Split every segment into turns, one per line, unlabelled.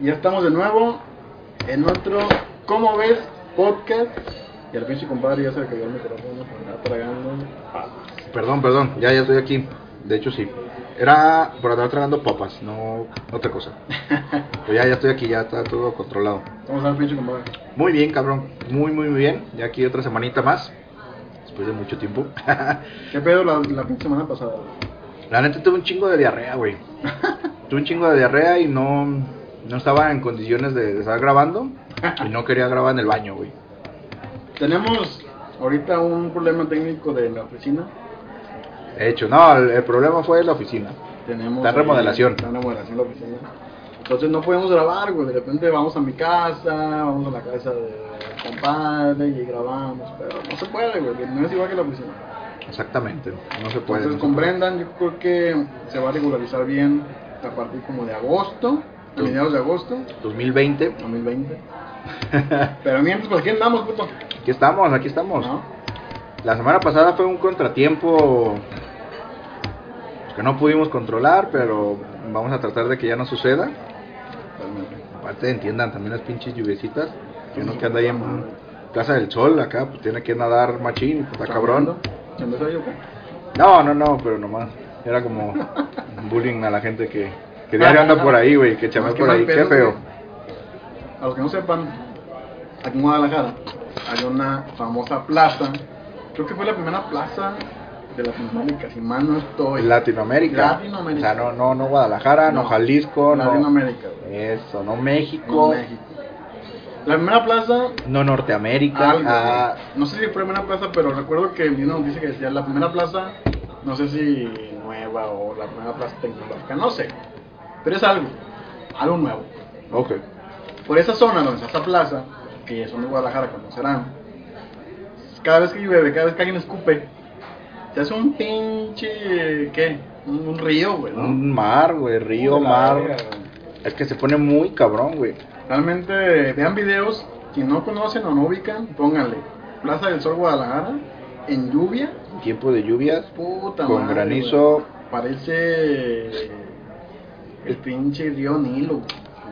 Ya estamos de nuevo en otro ¿Cómo ves? podcast. Y al pinche compadre ya se le cayó el micrófono, se está tragando.
Perdón, perdón, ya, ya estoy aquí. De hecho, sí. Era por andar tragando papas, no otra cosa. Pero ya, ya estoy aquí, ya está todo controlado.
¿Cómo está el pinche compadre?
Muy bien, cabrón. Muy, muy, muy bien. Ya aquí otra semanita más. Después de mucho tiempo.
¿Qué pedo la, la pinche semana pasada? güey?
La neta tuve un chingo de diarrea, güey. Tuve un chingo de diarrea y no, no estaba en condiciones de, de estar grabando. Y no quería grabar en el baño, güey.
Tenemos ahorita un problema técnico de la oficina.
De hecho, no, el, el problema fue la oficina.
Tenemos
Está en remodelación.
Está en remodelación la oficina. Entonces no podemos grabar, güey. De repente vamos a mi casa, vamos a la casa de compadre y grabamos. Pero no se puede, güey. No es igual que la oficina.
Exactamente, no se puede.
Entonces
no se
con
puede.
Brendan yo creo que se va a regularizar bien a partir como de agosto, a
Sí.
mediados de agosto
2020.
2020. Pero mientras, pues aquí andamos, puto.
Aquí estamos, aquí estamos.
¿No?
La semana pasada fue un contratiempo que no pudimos controlar, pero vamos a tratar de que ya no suceda.
Totalmente.
Aparte entiendan también las pinches lluviecitas. Que uno que anda ahí en Casa del Sol acá, pues tiene que nadar machín y pues está cabrón.
¿Se empezó yo, güey?
No, no, no, pero nomás. Era como bullying a la gente que, que diario anda por ahí, güey, que chamea
Más que
por
mal
ahí. Qué
pedo,
feo.
güey. A los que no sepan, aquí en Guadalajara hay una famosa plaza. Creo que fue la primera plaza de las Américas, si mal no estoy.
En Latinoamérica.
Latinoamérica.
O sea, no, no, no Guadalajara, no,
No,
Jalisco, no.
Latinoamérica, güey.
Eso, no
En
México,
México. La primera plaza
no Norteamérica.
Algo,
ah,
güey. No sé si fue primera plaza, pero recuerdo que vino dice que decía la primera plaza, no sé si nueva o la primera plaza tecnológica, no sé. Pero es algo, algo nuevo.
ok.
Por esa zona donde está esa plaza, que son de Guadalajara, conocerán, cada vez que llueve, cada vez que alguien escupe, se hace un pinche, ¿qué? Un, un río, güey, ¿no?
Un mar, güey, río,
La
mar.
verga, güey.
Es que se pone muy cabrón, güey.
Realmente vean videos, si no conocen o no ubican, pónganle Plaza del Sol Guadalajara en lluvia,
Tiempo de lluvias,
puta
con
madre,
granizo.
güey. Parece el pinche río Nilo. güey.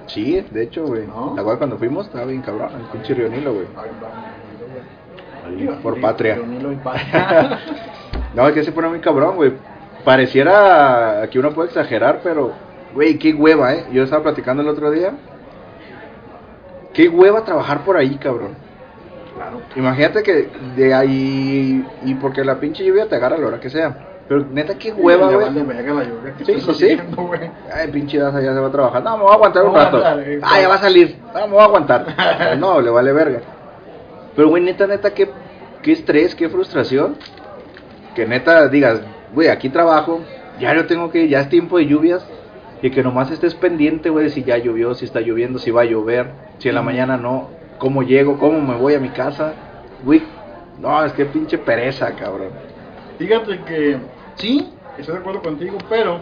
Sí, de hecho, güey.
¿No?
La cual cuando fuimos estaba bien cabrón, el pinche río Nilo, güey.
Ay, va,
Ahí,
Nilo, güey.
por
Río-
patria.
Río Nilo y patria.
No, es que se pone muy cabrón, güey. Pareciera que uno puede exagerar, pero, güey, qué hueva, ¿eh? Yo estaba platicando el otro día. Qué hueva trabajar por ahí, cabrón.
claro.
Imagínate que de ahí... Y porque la pinche lluvia te agarra a la hora que sea. Pero neta, qué hueva,
Le
güey.
vale verga la lluvia que
Sí,
estás
sí, sí.
haciendo, güey.
Ay, pinche Daza ya se va a trabajar. No, me voy a aguantar un
Me voy a
rato.
aguantar, eh,
Ah, ya va a salir. No, me voy a aguantar. No, le vale verga. Pero, güey, neta, neta, qué, qué estrés, qué frustración. Que neta digas, güey, aquí trabajo, ya yo tengo que ir, ya es tiempo de lluvias. Y que nomás estés pendiente, güey, de si ya llovió, si está lloviendo, si va a llover, si en la
Mm.
mañana no, cómo llego, cómo me voy a mi casa. Güey, no, es que pinche pereza, cabrón.
Fíjate que sí, estoy de acuerdo contigo, pero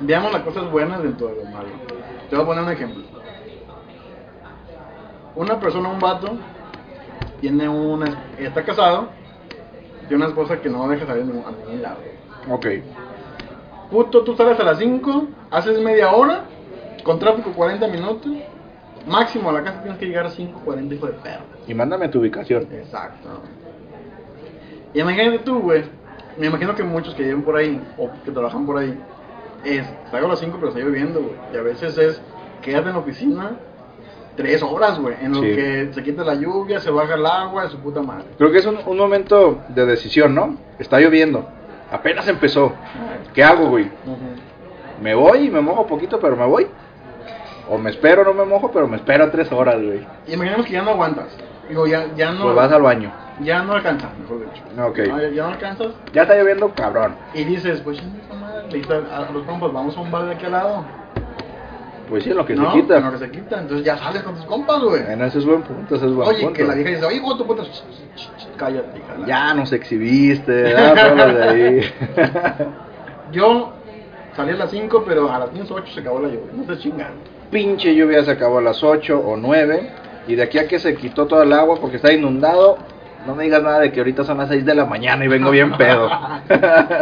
veamos las cosas buenas dentro de lo malo. Te voy a poner un ejemplo. Una persona, un vato, tiene una, es- está casado, tiene una esposa que no deja salir a ningún- a ningún lado.
Ok,
Puto, tú sales a las 5, haces media hora, con tráfico 40 minutos, máximo a la casa tienes que llegar a 5.40, hijo de perro.
y mándame tu ubicación.
Exacto. Y imagínate tú, güey. Me imagino que muchos que viven por ahí o que trabajan por ahí, es, salgo a las 5 pero estoy viviendo, güey. Y a veces es, quédate en la oficina 3 horas, güey. En lo
Sí.
que se quita la lluvia, se baja el agua, su puta madre.
Creo que es un, un momento de decisión, ¿no? Está lloviendo. Apenas empezó. ¿Qué hago, güey? ¿Me voy y me mojo poquito, pero me voy? ¿O me espero, no me mojo, pero me espero tres horas, güey?
Y imaginemos que ya no aguantas. Digo, ya, ya no.
Pues vas al baño.
Ya no alcanzas, mejor dicho.
Ok.
No, ya, ya no alcanzas.
Ya está lloviendo, cabrón.
Y dices, pues, chinga esa madre. Le dices a, a los compas, vamos a un bar de aquí al lado.
Pues sí, en lo que
no,
se quita.
en lo que se quita. Entonces ya sales con tus compas, güey.
Bueno, ese es buen punto, ese es buen
Oye,
punto.
que la vieja dice, oye, hijo, de tu puta, sh- sh- sh- cállate, hija. de la-
Ya nos exhibiste, ya todos los de ahí.
Yo salí a las 5, pero a las 10 o 8 se acabó la lluvia. No te chingas.
Pinche lluvia se acabó a las 8 o 9. Y de aquí a que se quitó todo el agua porque está inundado, No me digas nada de que ahorita son las 6 de la mañana y vengo bien pedo.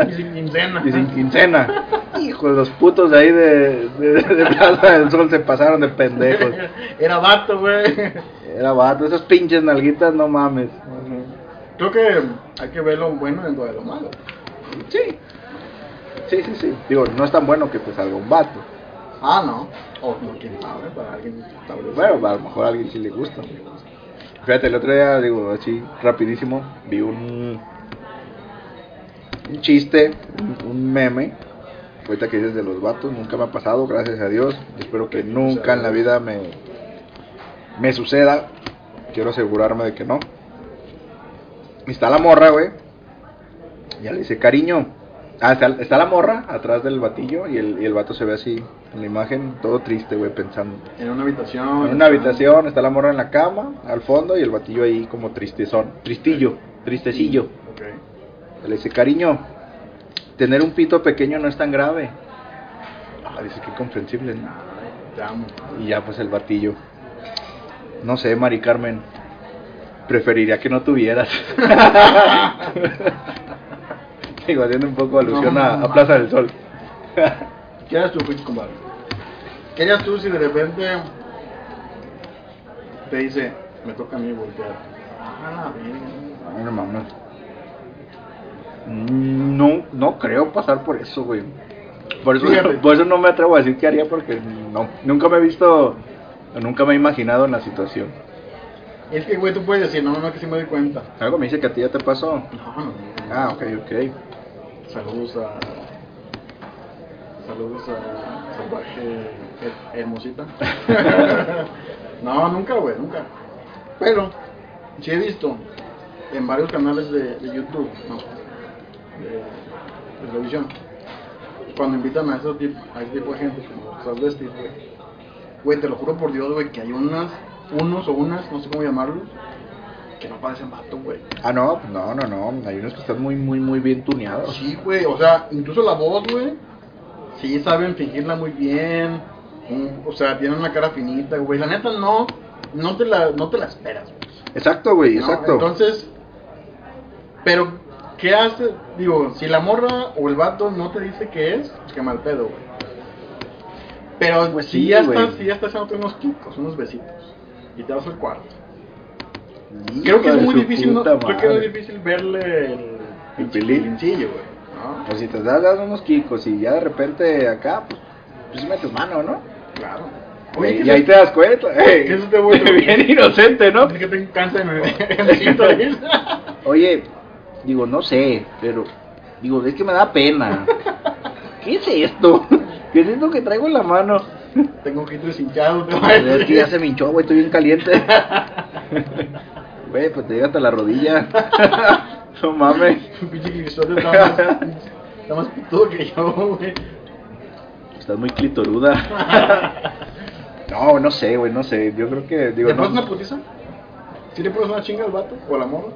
y sin quincena.
y sin quincena. Hijo, los putos de ahí de, de- de Plaza del Sol se pasaron de pendejos.
Era vato, güey.
Era vato, esas pinches nalguitas, no mames.
Creo que hay que ver lo bueno dentro de lo malo.
Sí. Sí, sí, sí. Digo, no es tan bueno que te salga un vato.
Ah, no. O no, quién sabe, para alguien establecido.
Bueno, a lo mejor a alguien sí le gusta. Fíjate, el otro día, digo, así, rapidísimo, vi un, un chiste, un- un meme. Ahorita que dices de los vatos, nunca me ha pasado, gracias a Dios. Espero que nunca en la vida me, me suceda. Quiero asegurarme de que no. Y está la morra, güey. Ya le dice, cariño. Ah, está, está la morra atrás del batillo y el, y el vato se ve así en la imagen, todo triste, güey, pensando.
En una habitación.
En una habitación está la morra en la cama, al fondo, y el batillo ahí como tristezón, tristillo, tristecillo.
Ok.
Le dice, cariño, tener un pito pequeño no es tan grave. Ah, dice que comprensible, ¿no?
Ay, Te amo.
Y ya pues el batillo. No sé, Mari Carmen. Preferiría que no tuvieras. Digo, haciendo un poco alusión a, a Plaza del Sol.
¿Qué harías tú, Fritz, compadre? ¿Qué harías tú si de repente te dice, me toca a mí voltear? Ah, bien.
Ay, no mames. Mm, No, no creo pasar por eso, güey. Por eso,
Fíjate.
por eso no me atrevo a decir qué haría porque no, nunca me he visto, o nunca me he imaginado en la situación.
Es que, güey, tú puedes decir, no, no, que sí me doy cuenta.
Algo me dice que a ti ya te pasó.
No, no.
Ah, ok, ok.
Saludos a. Saludos a. Salvaje. her- Hermosita. no, nunca, güey, nunca. Pero, sí he visto en varios canales de, de YouTube, no, de, de televisión, cuando invitan a, esos tip- a ese tipo de gente, como los travestis, güey. Güey, te lo juro por Dios, güey, que hay unas, unos o unas, no sé cómo llamarlos, que no parecen vato, güey.
Ah, no, no, no, no. Hay unos que están muy, muy, muy bien tuneados.
Sí, güey, o sea, incluso la voz, güey, sí saben fingirla muy bien. mm, O sea, tienen una cara finita, güey. La neta no, no te la, no te la esperas. güey,
Exacto, güey,
¿no?
exacto.
Entonces, pero ¿qué hace? Digo, si la morra o el vato no te dice qué es, pues qué mal pedo, güey. Pero
Pues
si
sí,
ya
güey.
estás, si ya estás haciéndote unos quicos, unos besitos, y te vas al cuarto. Creo que es
Hijo de
muy
su
difícil, ¿no?
puta
creo que es
madre.
muy difícil verle el,
El pilín.
pincillo, güey. ¿no?
Pues si te das, das unos kikos y ya de repente acá, pues, pues metes mano, ¿no?
Claro.
y ahí te das cuenta. ey,
¿qué es este güey?
Bien inocente, ¿no?
que te encanta en el, en el cinto, ¿eh?
Oye, digo, no sé, pero digo, es que me da pena. ¿Qué es esto? ¿Qué es esto que traigo en la mano?
Tengo que ir hinchado, te voy a
Es que
decir.
ya se me hinchó, güey, estoy bien caliente. Güey, pues te llega hasta la rodilla. No mames.
Pinche Crisote está más, está más puto que yo, güey.
Estás muy clitoruda. No, no sé, güey, no sé. Yo creo que, digo,
¿Le pones una
no,
putiza? ¿Sí le pones una chinga al vato o al amor?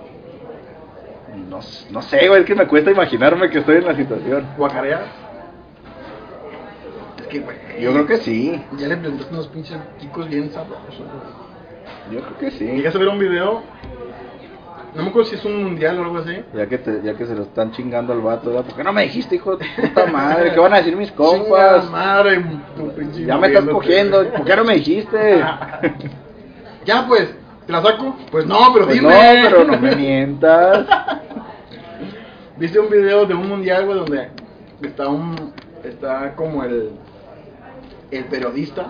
no, no sé, güey, es que me cuesta imaginarme que estoy en la situación.
¿O acareas? Es que, güey.
Yo creo que sí.
Ya le plantaste unos pinches chicos bien sabrosos, güey.
Yo creo que sí.
Llegaste a ver un video. No me acuerdo si es un mundial o algo así.
Ya que, te- ya que se lo están chingando al vato, ¿verdad? ¿por qué no me dijiste, hijo de tu puta madre? ¿Qué van a decir mis
Chinga
compas?
madre, tu pinche
Ya me estás
moviéndote.
cogiendo, ¿por qué no me dijiste?
Pues Ya pues, ¿te la saco? Pues no, pero
Pues no,
dime.
pero no me mientas.
¿Viste un video de un mundial, güey, donde está un. Está como el. El periodista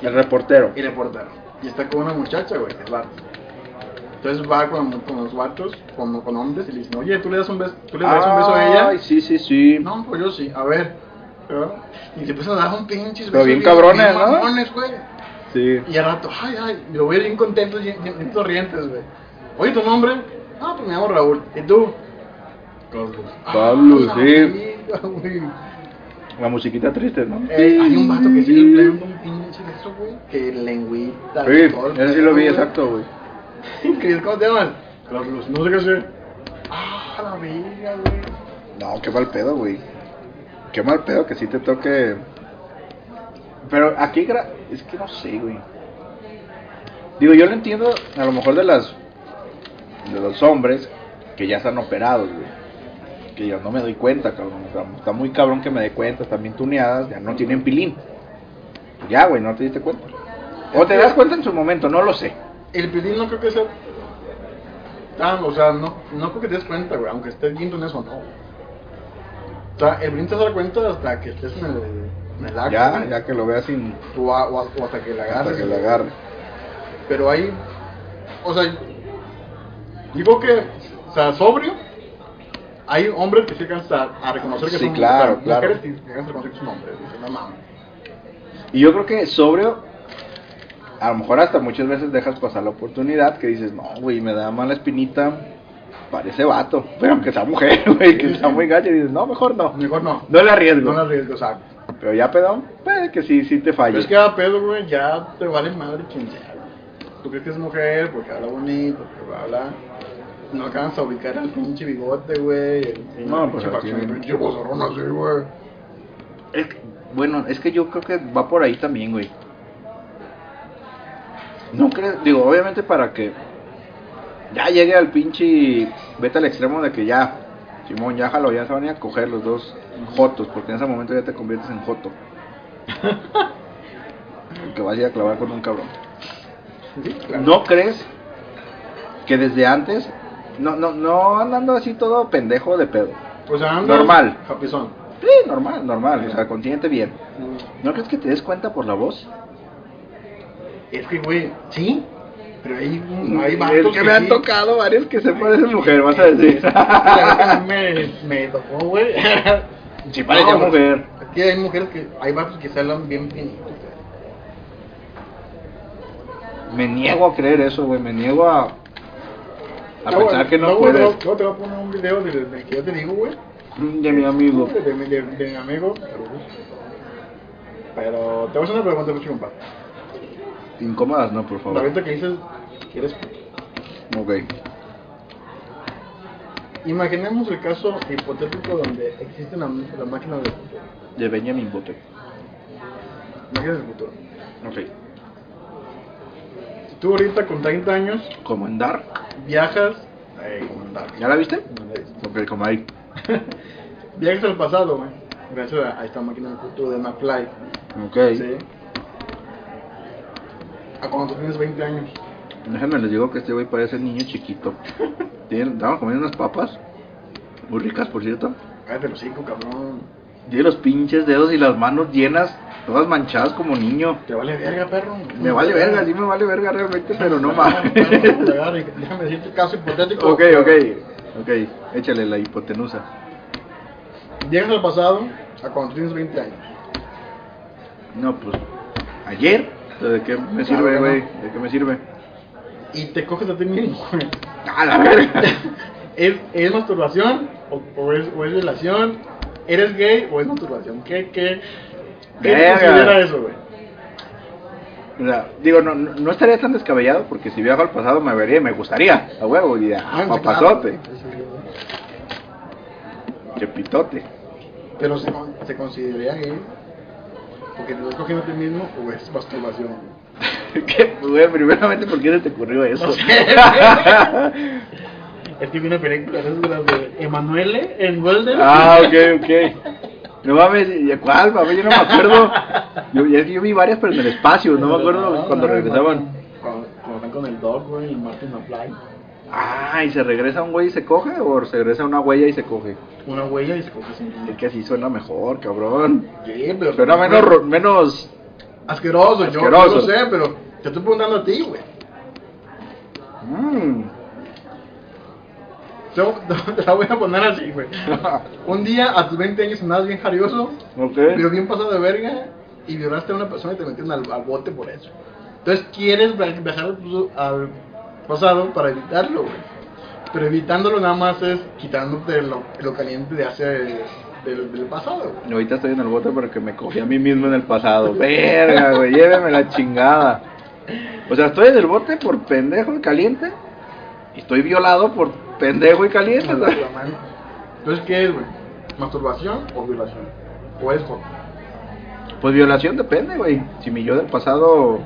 El reportero.
y el reportero. Y está con una muchacha, güey, que es vato. Entonces va con, con los vatos, con, con hombres, y le dicen, oye, tú le das un beso, tú le das un beso a ella.
Ay, sí, sí, sí.
No, pues yo sí, a ver. ¿verdad? Y se empiezan a dar un pinche
Pero bien cabrones, ¿no?
güey.
Sí.
Y al rato, ay, ay, y lo veo bien contento, bien, bien, bien sonrientes, güey. Oye, ¿tu nombre? Ah, pues me llamo Raúl. ¿Y tú? "Ah, pues, Carlos.
Carlos, sí.
sí.
La musiquita triste, ¿no?
Eh, hay un vato que sí le planta un pinche de eso, güey. Que lengüita.
Sí, eso sí lo vi, exacto, güey.
¿Qué, ¿Cómo te llamas? Carlos, no sé qué hacer. Ah, la verga, güey.
No, qué mal pedo, güey. Qué mal pedo que sí te toque. Pero aquí gra- es que no sé, güey. Digo, yo lo entiendo a lo mejor de las de los hombres que ya están operados, güey. Que yo no me doy cuenta, cabrón. O sea, está muy cabrón que me dé cuenta, están bien tuneadas, ya no tienen pilín. Ya, güey, no te diste cuenta. O te das cuenta en su momento, no lo sé.
El pilín no creo que sea. tan, o sea, no, no creo que te des cuenta, güey, aunque estés viendo en eso, no. O sea, el pilín te da cuenta hasta que estés en el, en el acto.
Ya,
güey,
ya que lo veas sin
O, a- o a- o hasta que la agarres.
hasta que la agarre.
Pero ahí. O sea, digo que. O sea, sobrio. Hay hombres que sí alcanzan a, a reconocer que
Sí,
son
claro,
mujeres.
claro.
Mujeres que alcanzan a reconocer que son hombres. Dicen, no mames.
Y yo creo que sobrio, a lo mejor hasta muchas veces dejas pasar la oportunidad que dices, no, güey, me da mala espinita, parece vato, pero aunque sea mujer, güey, que sea muy gacha, dices, no, mejor no,
Mejor no.
no le arriesgo.
No la arriesgo, o sea.
Pero ya pedón, puede que sí, sí te falle.
Pero es que a pedo, güey, ya te vale madre quien sea. güey. Tú crees que es mujer porque habla bonito, porque bla, bla. No alcanza a ubicar al pinche bigote, güey. el-
No,
el
pues,
pinche facción,
tiene-
pinche bozarrón así, güey.
Es que- bueno, es que yo creo que va por ahí también, güey. No creo, digo, obviamente para que ya llegue al pinche, vete al extremo de que ya, Simón, ya jalo, ya se van a ir a coger los dos jotos, porque en ese momento ya te conviertes en joto. Porque vas a ir a clavar con un cabrón.
Sí, claro.
¿No crees que desde antes, no, no, no andando así todo pendejo de pedo?
O sea, anda
Pues, Normal.
Pues, Japizón.
Sí, normal, normal, o sea, consciente bien. ¿No crees que te des cuenta por la voz?
Es que, güey, sí. Pero hay, hay
Es
vatos
que me han
sí.
tocado varios que se parecen mujer, vas a decir.
La neta, me, me tocó, güey.
Si parece
No,
mujer.
Es que hay mujeres que. Hay vatos que se hablan bien finitos, güey.
Me niego a creer eso, güey. Me niego a, a
Luego-
pensar que no
luego te-
puedes.
Luego te voy a poner un video del del que yo te digo, güey.
Mm, De mi amigo.
De, mi- de- de mi amigo. Pero te voy a hacer una pregunta, Lucho, compadre.
Incómodas, no, por favor.
Ahorita que dices que eres.
Ok.
Imaginemos el caso hipotético donde existen las las máquinas del futuro.
De Benjamin Bote.
Máquinas del futuro.
Ok.
Si tú ahorita con 30 años
Como en Dark.
viajas. Ay, como en Dark.
¿Ya la viste?
Como en Dark.
Ok, como ahí.
Viajes al pasado, güey. Gracias a, a esta máquina del futuro de McFly.
Ok.
Sí. A cuando tú tienes 20 años.
Déjenme les digo que este güey parece niño chiquito. Tiene- Estaban comiendo unas papas. Muy ricas, por cierto.
Cállate los cinco, cabrón.
Tiene los pinches dedos y las manos llenas, todas manchadas como niño.
Te vale verga, perro.
Me vale verga, sí me vale verga realmente, pero no más.
Déjame decirte caso hipotético.
ok, ok, ok, échale la hipotenusa.
Viajas al pasado a cuando tú tienes 20 años.
No, pues, ayer, ¿de qué me sirve,
bueno.
güey? ¿De qué me sirve?
Y te coges a ti mismo, güey.
¡A la verga!
¿Es, ¿Es masturbación? ¿O, o es, ¿O es violación? ¿Eres gay o es masturbación? ¿Qué, qué? ¿Qué
Verga.
considera eso, güey?
O sea, digo, no, no, no estaría tan descabellado porque si viajo al pasado me vería, y me gustaría, a huevo, y a Ah, papazote, chepitote.
Pero se, con- se consideraría gay porque te estás cogiendo a ti mismo o es masturbación.
¿Qué? Pues, Güey, primeramente, ¿por qué se te ocurrió eso?
No sé. Es que vi una película de esas de las de Emanuele en Golden.
Ah, ok, ok. No mames, ¿y ¿cuál, mames? Yo no me acuerdo. Yo, yo- yo vi varias, pero en el espacio, no me acuerdo cuando
no,
regresaban.
Martin- Cuando, cuando están con el dog, güey, y Martin McFly.
Ah, ¿y se regresa un güey y se coge? ¿O se regresa una huella y se coge?
Una huella y se coge así.
Es que así suena mejor, cabrón.
Sí, pero.
Suena menos, ro- menos
Asqueroso, yo-
Asqueroso.
yo lo sé, pero te estoy preguntando a ti, güey.
Mm.
Yo te la voy a poner así, güey. Un día a tus 20 años andabas bien jarioso,
ok.
pero bien pasado de verga, y violaste a una persona y te metieron al, al bote por eso. Entonces quieres via- viajar al pu- al pasado para evitarlo, güey. Pero evitándolo nada más es quitándote lo, lo caliente de hace del, del pasado, güey.
Ahorita estoy en el bote porque me cogí a mí mismo en el pasado. Verga, güey, lléveme la chingada. O sea, estoy en el bote por pendejo y caliente. Y estoy violado por pendejo y caliente. ¿sabes?
Entonces, ¿qué es, güey? ¿Masturbación o violación? ¿O es joto?
Pues violación depende, güey. Si mi yo del pasado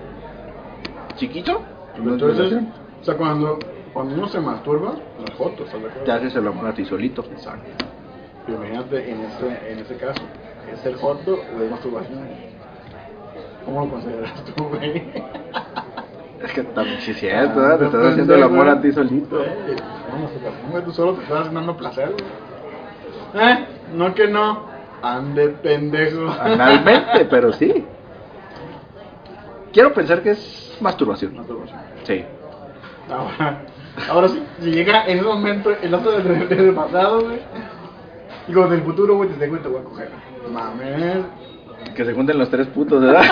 chiquito, pues no es
Entonces,
violación.
o sea, cuando cuando uno se masturba, no es joto, ¿estás de acuerdo?
Te haces el amor a ti solito.
Exacto. Pero imagínate en ese, en ese caso, ¿es ser joto o es masturbación? ¿Cómo lo consideras tú, güey?
Es que también sí es cierto,
Ah,
¿verdad? Te
pues,
estás haciendo el amor a ti solito.
Eh, No, masturbación, güey, tú solo te estás dando placer, güey. ¿Eh? No que no. Ande, pendejo.
Analmente, pero sí. Quiero pensar que es masturbación.
Masturbación.
Sí.
Ahora, ahora sí, si llega en ese momento el otro del, del- del pasado, güey. Digo, del futuro, güey, te tengo y te voy a coger. Mames.
Que se junten los tres putos, ¿verdad?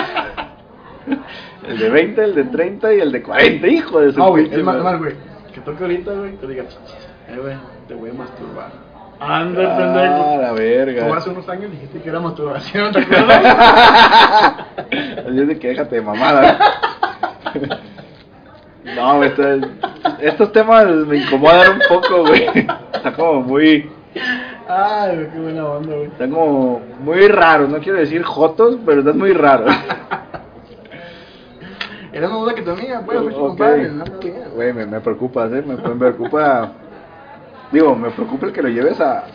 el de 20, el de 30 y el de 40, hijo de su
No, Ah, güey,
pinche
es más,
madre.
más, güey. Que toque ahorita, güey, te digas, eh, güey, te voy a masturbar. Anda,
Ah,
pendejo.
la
Tú
verga.
hace unos años dijiste que era masturbación, ¿te acuerdas?
Así es de que déjate de mamada. no, güey, está- estos temas me incomodan un poco, güey. Está como muy.
Ay, güey, qué buena onda, güey.
Están como muy raros, no quiero decir jotos, pero están muy raros.
Era una duda que tenía, güey, güey,
Ok.
pues, compadre. no, no, no.
Güey, me, me preocupas, ¿eh? Me, me preocupa. Digo, me preocupa el que lo lleves a,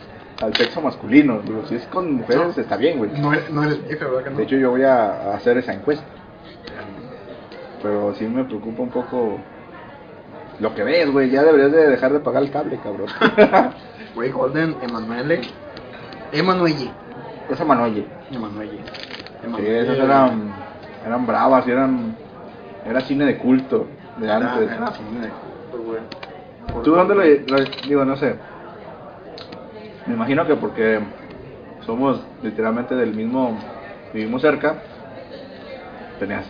al sexo masculino. Digo, si es con mujeres, está bien, güey.
No, eres- no eres vieja, ¿verdad que no?
De hecho, yo voy a, a hacer esa encuesta. Pero sí me preocupa un poco lo que ves, güey. Ya deberías de dejar de pagar el cable, cabrón.
Güey, Golden, Emanuele. Emanuele.
Esa manoye.
Emanuele.
Sí, esas eran, eran bravas, eran, era cine de culto de
Era-
antes.
Ah, era cine de culto, güey.
¿Tú dónde lo, lo- digo, no sé? Me imagino que porque somos literalmente del mismo, vivimos cerca, tenías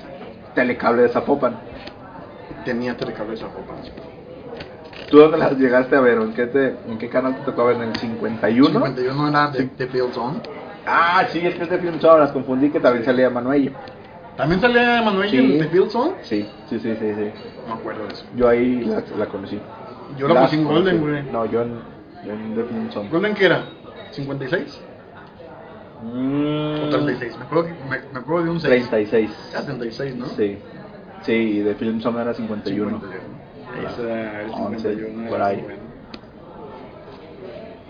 telecable de Zapopan.
Tenía tres cabezas, papá.
¿Tú dónde las llegaste a ver? ¿En qué, te, en qué canal te tocó ver? ¿En el 51?
51 era de, de Bill Zone.
Ah, sí, es que es de Film Show, las confundí que también salía Manuel.
¿También salía Emanuele
Sí.
en de Bill Zone?
Sí, sí, sí, sí, sí.
No me acuerdo de eso.
Yo ahí la, la conocí.
Yo la
Las
puse en Golden,
conocí.
güey.
No, yo en, yo en The Film Zone.
¿Golden qué era? ¿56?
Mm,
¿O 36? Me acuerdo, que- me, me acuerdo de un 6.
36.
Era 36, ¿no?
Sí. Sí, y de Film Zone era 51.
51. Ese era el
11,
51.
por
era
ahí.
bueno.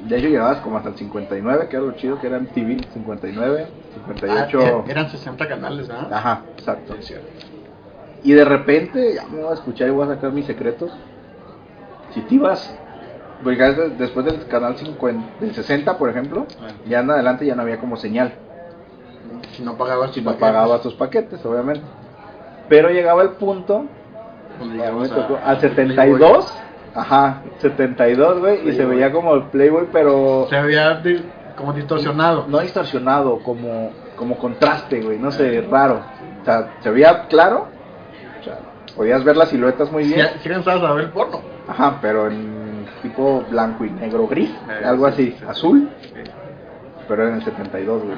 De hecho, llegabas como hasta el 59, que era lo chido que era TV. 59,
Ah,
58.
er- eran 60 canales, ¿ah?
Ajá, exacto.
Sí, cierto.
Y de repente, ya me voy a escuchar y voy a sacar mis secretos. Si te ibas, porque ya des- después del canal 50, del 60, por ejemplo,
Ah.
ya en adelante ya no había como señal.
Si no pagabas,
Si
tus
no
paquetes,
pagabas tus paquetes, obviamente. Pero llegaba el punto,
cuando
ya me
llegabas
tocó,
a-
al 72, ajá, 72, güey, y se
Playboy.
veía como el Playboy, pero
Se había di- como distorsionado. Ah.
no distorsionado, como, como contraste, güey, no sé, raro. O sea, se veía claro, o sea, podías ver las siluetas muy
Si,
bien.
si alcanzabas a ver porno.
Ajá, pero en tipo blanco y negro gris,
Eh,
algo
sí,
así,
sí, sí.
azul, pero era en el 72, güey.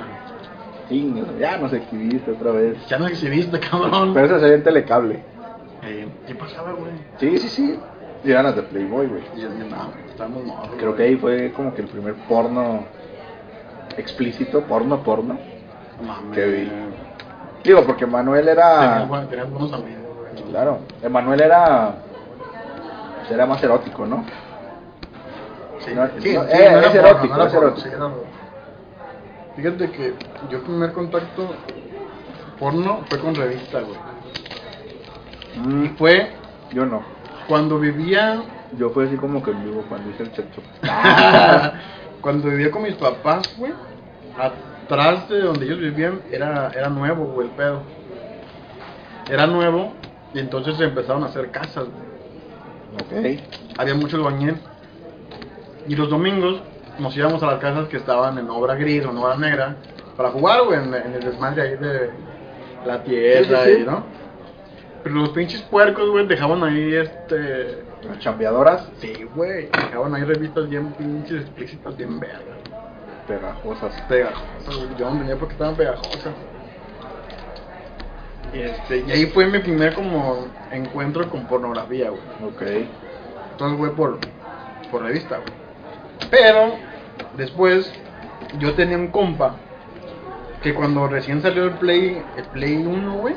Chingo, ya nos exhibiste otra vez.
Ya no exhibiste, cabrón.
Pero esa sería en telecable.
Eh, ¿Qué pasaba, güey?
Sí, sí, sí. Y eran las de Playboy, güey.
Y yo dije, no, estamos morros.
Creo que
güey.
ahí fue como que el primer porno explícito, porno, porno.
No mames.
que vi. Digo, porque Manuel era...
Tenías buen- tenías buenos amigos, güey.
Claro, Emanuel era... pues era más erótico, ¿no?
Sí,
No,
sí,
no,
sí,
eh,
no
es
era porno,
erótico,
no era
es
porno,
erótico.
sí, era erótico. Fíjate que yo el primer contacto porno fue con revista, güey.
Mm,
Y fue
yo no.
cuando vivía
Yo fue así como que en vivo cuando hice el checho.
Cuando vivía con mis papás, güey, atrás de donde ellos vivían era, era nuevo, güey, el pedo. Era nuevo y entonces se empezaron a hacer casas. güey.
Ok.
Había mucho albañil. Y los domingos nos íbamos a las casas que estaban en obra gris o en obra negra para jugar, güey, en, en el desmadre ahí de la tierra,
Sí, sí, sí.
y, ¿no? Pero los pinches puercos, güey, dejaban ahí este...
Las chambeadoras
Sí, güey, dejaban ahí revistas bien pinches explícitas, bien vergas.
pegajosas.
pegajosas, güey. Yo no tenía porque estaban pegajosas. Y, este, y ahí fue mi primer como encuentro con pornografía, güey.
Ok.
Entonces fue por, por revista, güey. Pero después yo tenía un compa que cuando recién salió el Play, el Play 1, güey,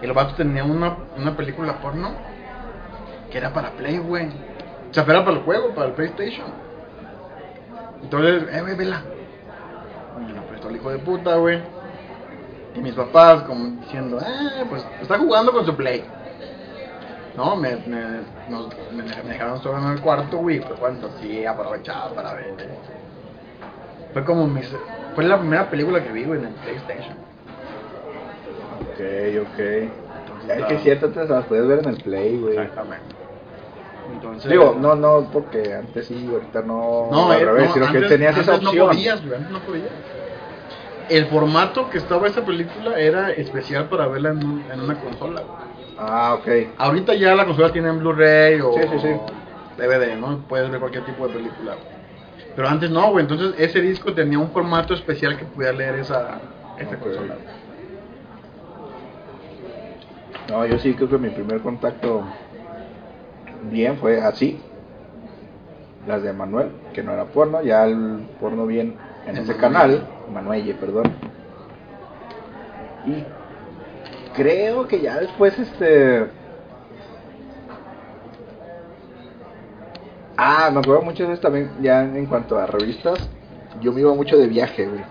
el vato tenía una, una película porno que era para Play, güey. O sea, era para el juego, para el PlayStation. Entonces, eh, güey, vela. Me lo prestó el hijo de puta, güey. Y mis papás, como diciendo, eh, pues está jugando con su Play. No, me, me, nos, me, me dejaron solo en el cuarto, güey. Pues cuando sí, aprovechaba para ver. güey. Fue como mis. Fue la primera película que vi, güey, en el PlayStation.
Ok, ok.
Entonces,
Es que cierto, te las podías ver en el Play, güey.
Exactamente. Entonces.
Digo, no, no, porque antes sí, ahorita no.
No,
al
eh,
revés,
no,
sino que
antes-
tenías esa
antes
opción.
No podías, güey, antes no podías. El formato que estaba esa película era especial para verla en, un- en una consola. güey.
ah, ok.
Ahorita ya la consola tiene en Blu-ray o
Sí, sí, sí.
DVD, ¿no? Puedes ver cualquier tipo de película. güey. Pero antes no, güey. Entonces ese disco tenía un formato especial que pudiera leer esa, esa
Ok.
consola.
No, yo sí creo que mi primer contacto bien fue así. Las de Manuel, que no era porno, ya el porno bien en
En
ese
Manuelle.
canal, Manuelle, perdón. Y creo que ya después este Ah, me acuerdo muchas veces también ya en cuanto a revistas, yo me iba mucho de viaje, güey,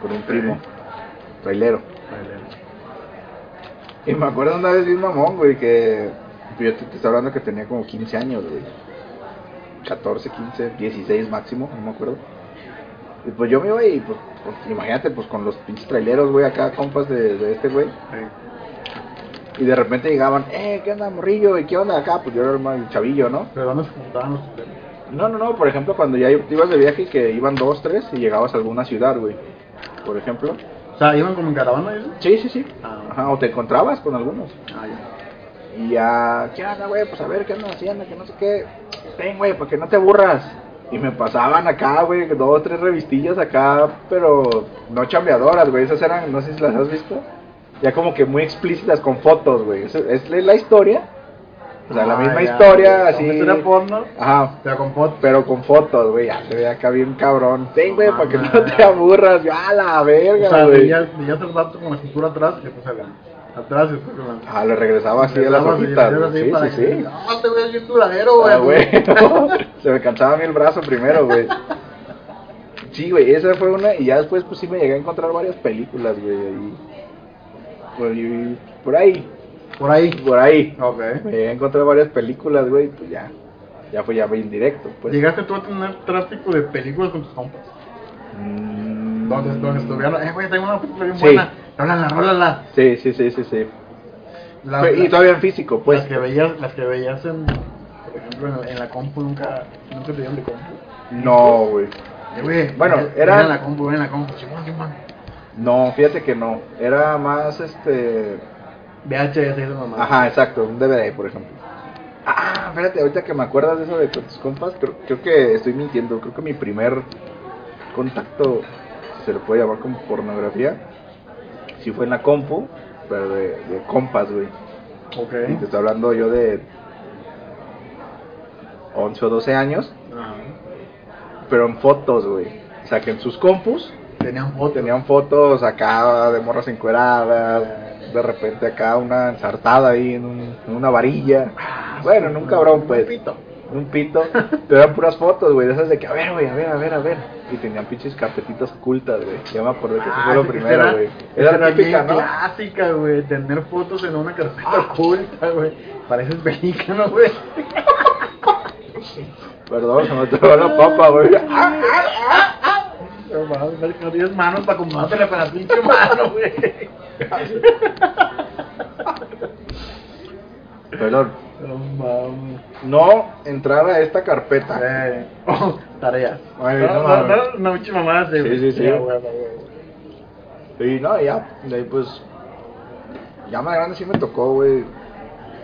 con un primo, trailero. Y me acuerdo una vez bien mamón, güey, que yo te, te estoy hablando que tenía como 15 años, güey. 14, 15, 16 máximo, no me acuerdo. Y pues yo me iba y pues, pues, imagínate, pues con los pinches traileros, güey, acá compas de, de este güey. Y de repente llegaban, eh, ¿qué onda, morrillo? ¿Y qué onda acá? Pues yo era el más chavillo, ¿no?
Pero ¿dónde se juntaban los temas?
No, no, no, por ejemplo, cuando ya te ibas de viaje y que iban dos, tres y llegabas a alguna ciudad, güey. Por ejemplo.
O sea, iban como en caravana, ¿eh?
Sí, sí, sí.
Ah.
Ajá, o te encontrabas con algunos.
Ah, ya.
Y ya, ¿qué onda, güey? Pues a ver, ¿qué andan haciendo? Que no sé qué. Ven, güey, para que no te aburras. Y me pasaban acá, güey, dos, tres revistillas acá, pero no chambeadoras, güey. Esas eran, no sé si las has visto. Ya como que muy explícitas con fotos, güey. Es, es la historia. O sea, la
Ah,
misma
ya.
historia,
Como
así.
historia porno,
Ajá.
pero con pot.
Pero con fotos, güey. Ya se ve acá bien cabrón. Ven, güey, para que no
Mamá.
te aburras. Yo, a la
O
verga,
sea,
güey.
veías, veías el rato con la cintura atrás y después adelante. Atrás y después adelante.
Ajá, le regresaba así a las
Empezabas y
hojitas.
hacías así
güey.
para
Sí,
que-
sí, sí.
No, te voy a decir duradero, güey.
Ah, güey, no. Se me cansaba a mí el brazo primero, güey. Sí, güey, esa fue una. Y ya después, pues sí me llegué a encontrar varias películas, güey. ahí. Por, y- por ahí,
Por ahí.
por ahí.
Ok.
Me llegué a encontrar varias películas, güey. Pues ya, ya fue ya bien directo, pues.
Llegaste tú a tener tráfico de películas con tus compas.
Mm.
Donde, donde estuvieron, eh, güey, tengo una película bien
Sí.
buena. Rólala, rólala.
Sí, sí, sí, sí, sí.
La-
Fue- y
la-
todavía en físico, pues.
Las que veías, las que veías en, por ejemplo, en, en la compu nunca, nunca te dieron de compu.
No, güey.
Eh, güey,
Bueno,
ven-
era-
ven en la compu, ven en la compu. Simón, Simón.
No, fíjate que no. Era más este.
VHS, esa mamá.
Ajá, exacto, un DVD, por ejemplo. Ah, espérate, ahorita que me acuerdas de eso de con tus compas, creo, creo que estoy mintiendo. Creo que mi primer contacto, si se le puede llamar como pornografía, sí fue en la compu, pero de, de compas, güey.
Ok.
Y Te estoy hablando yo de 11 o 12 años,
Ajá.
pero en fotos, güey. O sea, que en sus compus
Tenían fotos.
tenían fotos acá de morras encueradas, de repente acá una ensartada ahí en, un- en una varilla. Bueno, en un cabrón, pues.
Ah, Pito.
un pito, pero eran puras fotos, güey, de esas de que, a ver, güey, a ver, a ver, a ver. Y tenían pinches carpetitas ocultas, güey. Ya me acordé que eso fue lo
ese-
primero,
Ah, esa
güey.
Era,
Ah, Era
esa
la
era
típica,
bien
¿no? Ah.
clásica, güey. Tener fotos en una carpeta oculta, güey. Pareces mexicano, güey.
Perdón, se me atoró la papa, güey. Ah,
No mames, no tienes manos para acomodártela para la pinche mano, güey.
Perdón.
No mames.
No entrar a esta carpeta.
Eh, oh, tareas.
Ay,
no,
no
no,
mames.
no, no, pinche mamada, sí,
Sí,
güey.
sí, sí.
Ya, güey, güey, güey.
Y no, ya, de ahí pues. Ya más grande sí me tocó, güey.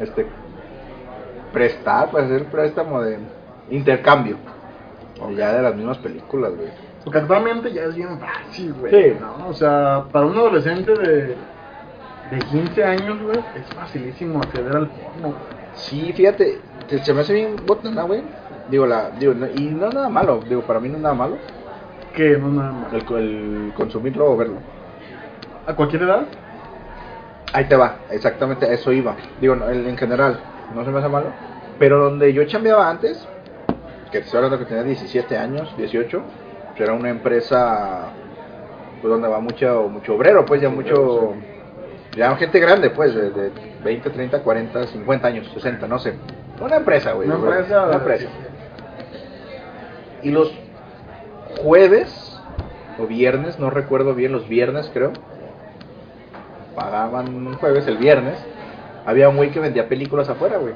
Este. Prestar, pues hacer préstamo de intercambio.
Ok.
Ya de las mismas películas, güey.
Porque actualmente ya es bien fácil, güey.
Sí.
¿no? O sea, para un adolescente de, de 15 años, güey, es facilísimo acceder al porno.
Sí, fíjate, te- se me hace bien botana, güey. Digo, la, digo, no- y no es nada malo, digo, para mí no es nada malo
Que no nada más.
el, el consumirlo o verlo.
¿A cualquier edad?
Ahí te va, exactamente a eso iba. Digo, no, en en general, no se me hace malo, Pero donde yo chambeaba antes, que te estoy hablando que tenía 17 años, 18, pues era una empresa pues, donde va mucho, mucho obrero, pues ya mucho. Ya gente grande, pues, de, de 20, 30, 40, 50 años, 60, no sé. Una empresa, güey.
Una
güey,
empresa.
Una empresa. Y los jueves o viernes, no recuerdo bien, los viernes creo, pagaban un jueves, el viernes, había un güey que vendía películas afuera, güey.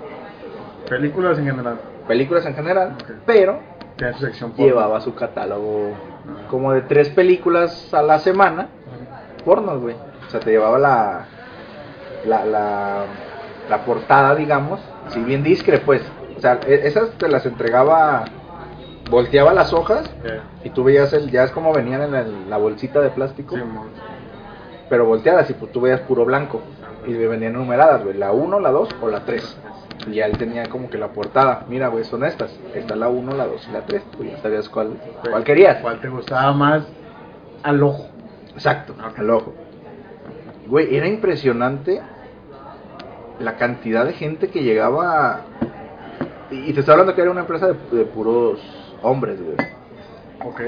Películas en general.
Películas en general,
Ok.
pero
Tiene su sección porno.
llevaba su catálogo como de tres películas a la semana, pornos, güey. O sea, te llevaba la, la, la, la portada, digamos, si bien discre, pues. O sea, e- esas te las entregaba, volteaba las hojas
Ya,
y tú veías el, ya es como venían en el- la bolsita de plástico,
Simón.
pero volteadas y pues tú veías puro blanco. Y le vendían numeradas, güey, la 1, la 2 o la 3. Y ya él tenía como que la portada, mira, güey, son estas. Está la 1, la 2 y la 3. Tú ya sabías cuál, cuál querías.
¿Cuál te gustaba más al ojo?
Exacto,
Ok.
al ojo. Güey, era impresionante la cantidad de gente que llegaba. Y y te estoy hablando que era una empresa de, de puros hombres, güey.
Ok.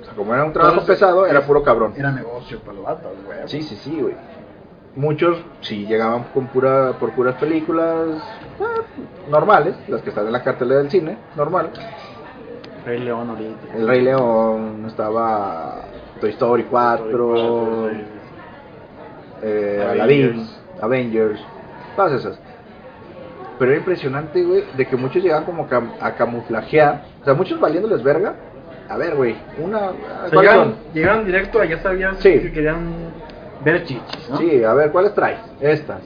O sea, como era un trabajo
Entonces,
pesado, era puro cabrón.
Era negocio para los vatos, güey.
Sí, sí, sí, güey. Muchos sí llegaban con pura, por puras películas ah, normales, las que están en la cartelera del cine, normal.
Rey León ahorita.
El Rey León estaba Toy Story 4, eh, Aladdin, Avengers, todas esas. Pero era impresionante, güey, de que muchos llegaban como cam- a camuflajear. O sea, muchos valiéndoles verga. A ver, güey, una...
O sea,
¿cuáles
llegaron,
Ah, son?
llegaron directo, ya sabías
Sí.
que querían ver chichis, ¿no?
Sí, a ver, ¿cuáles traes? Estas.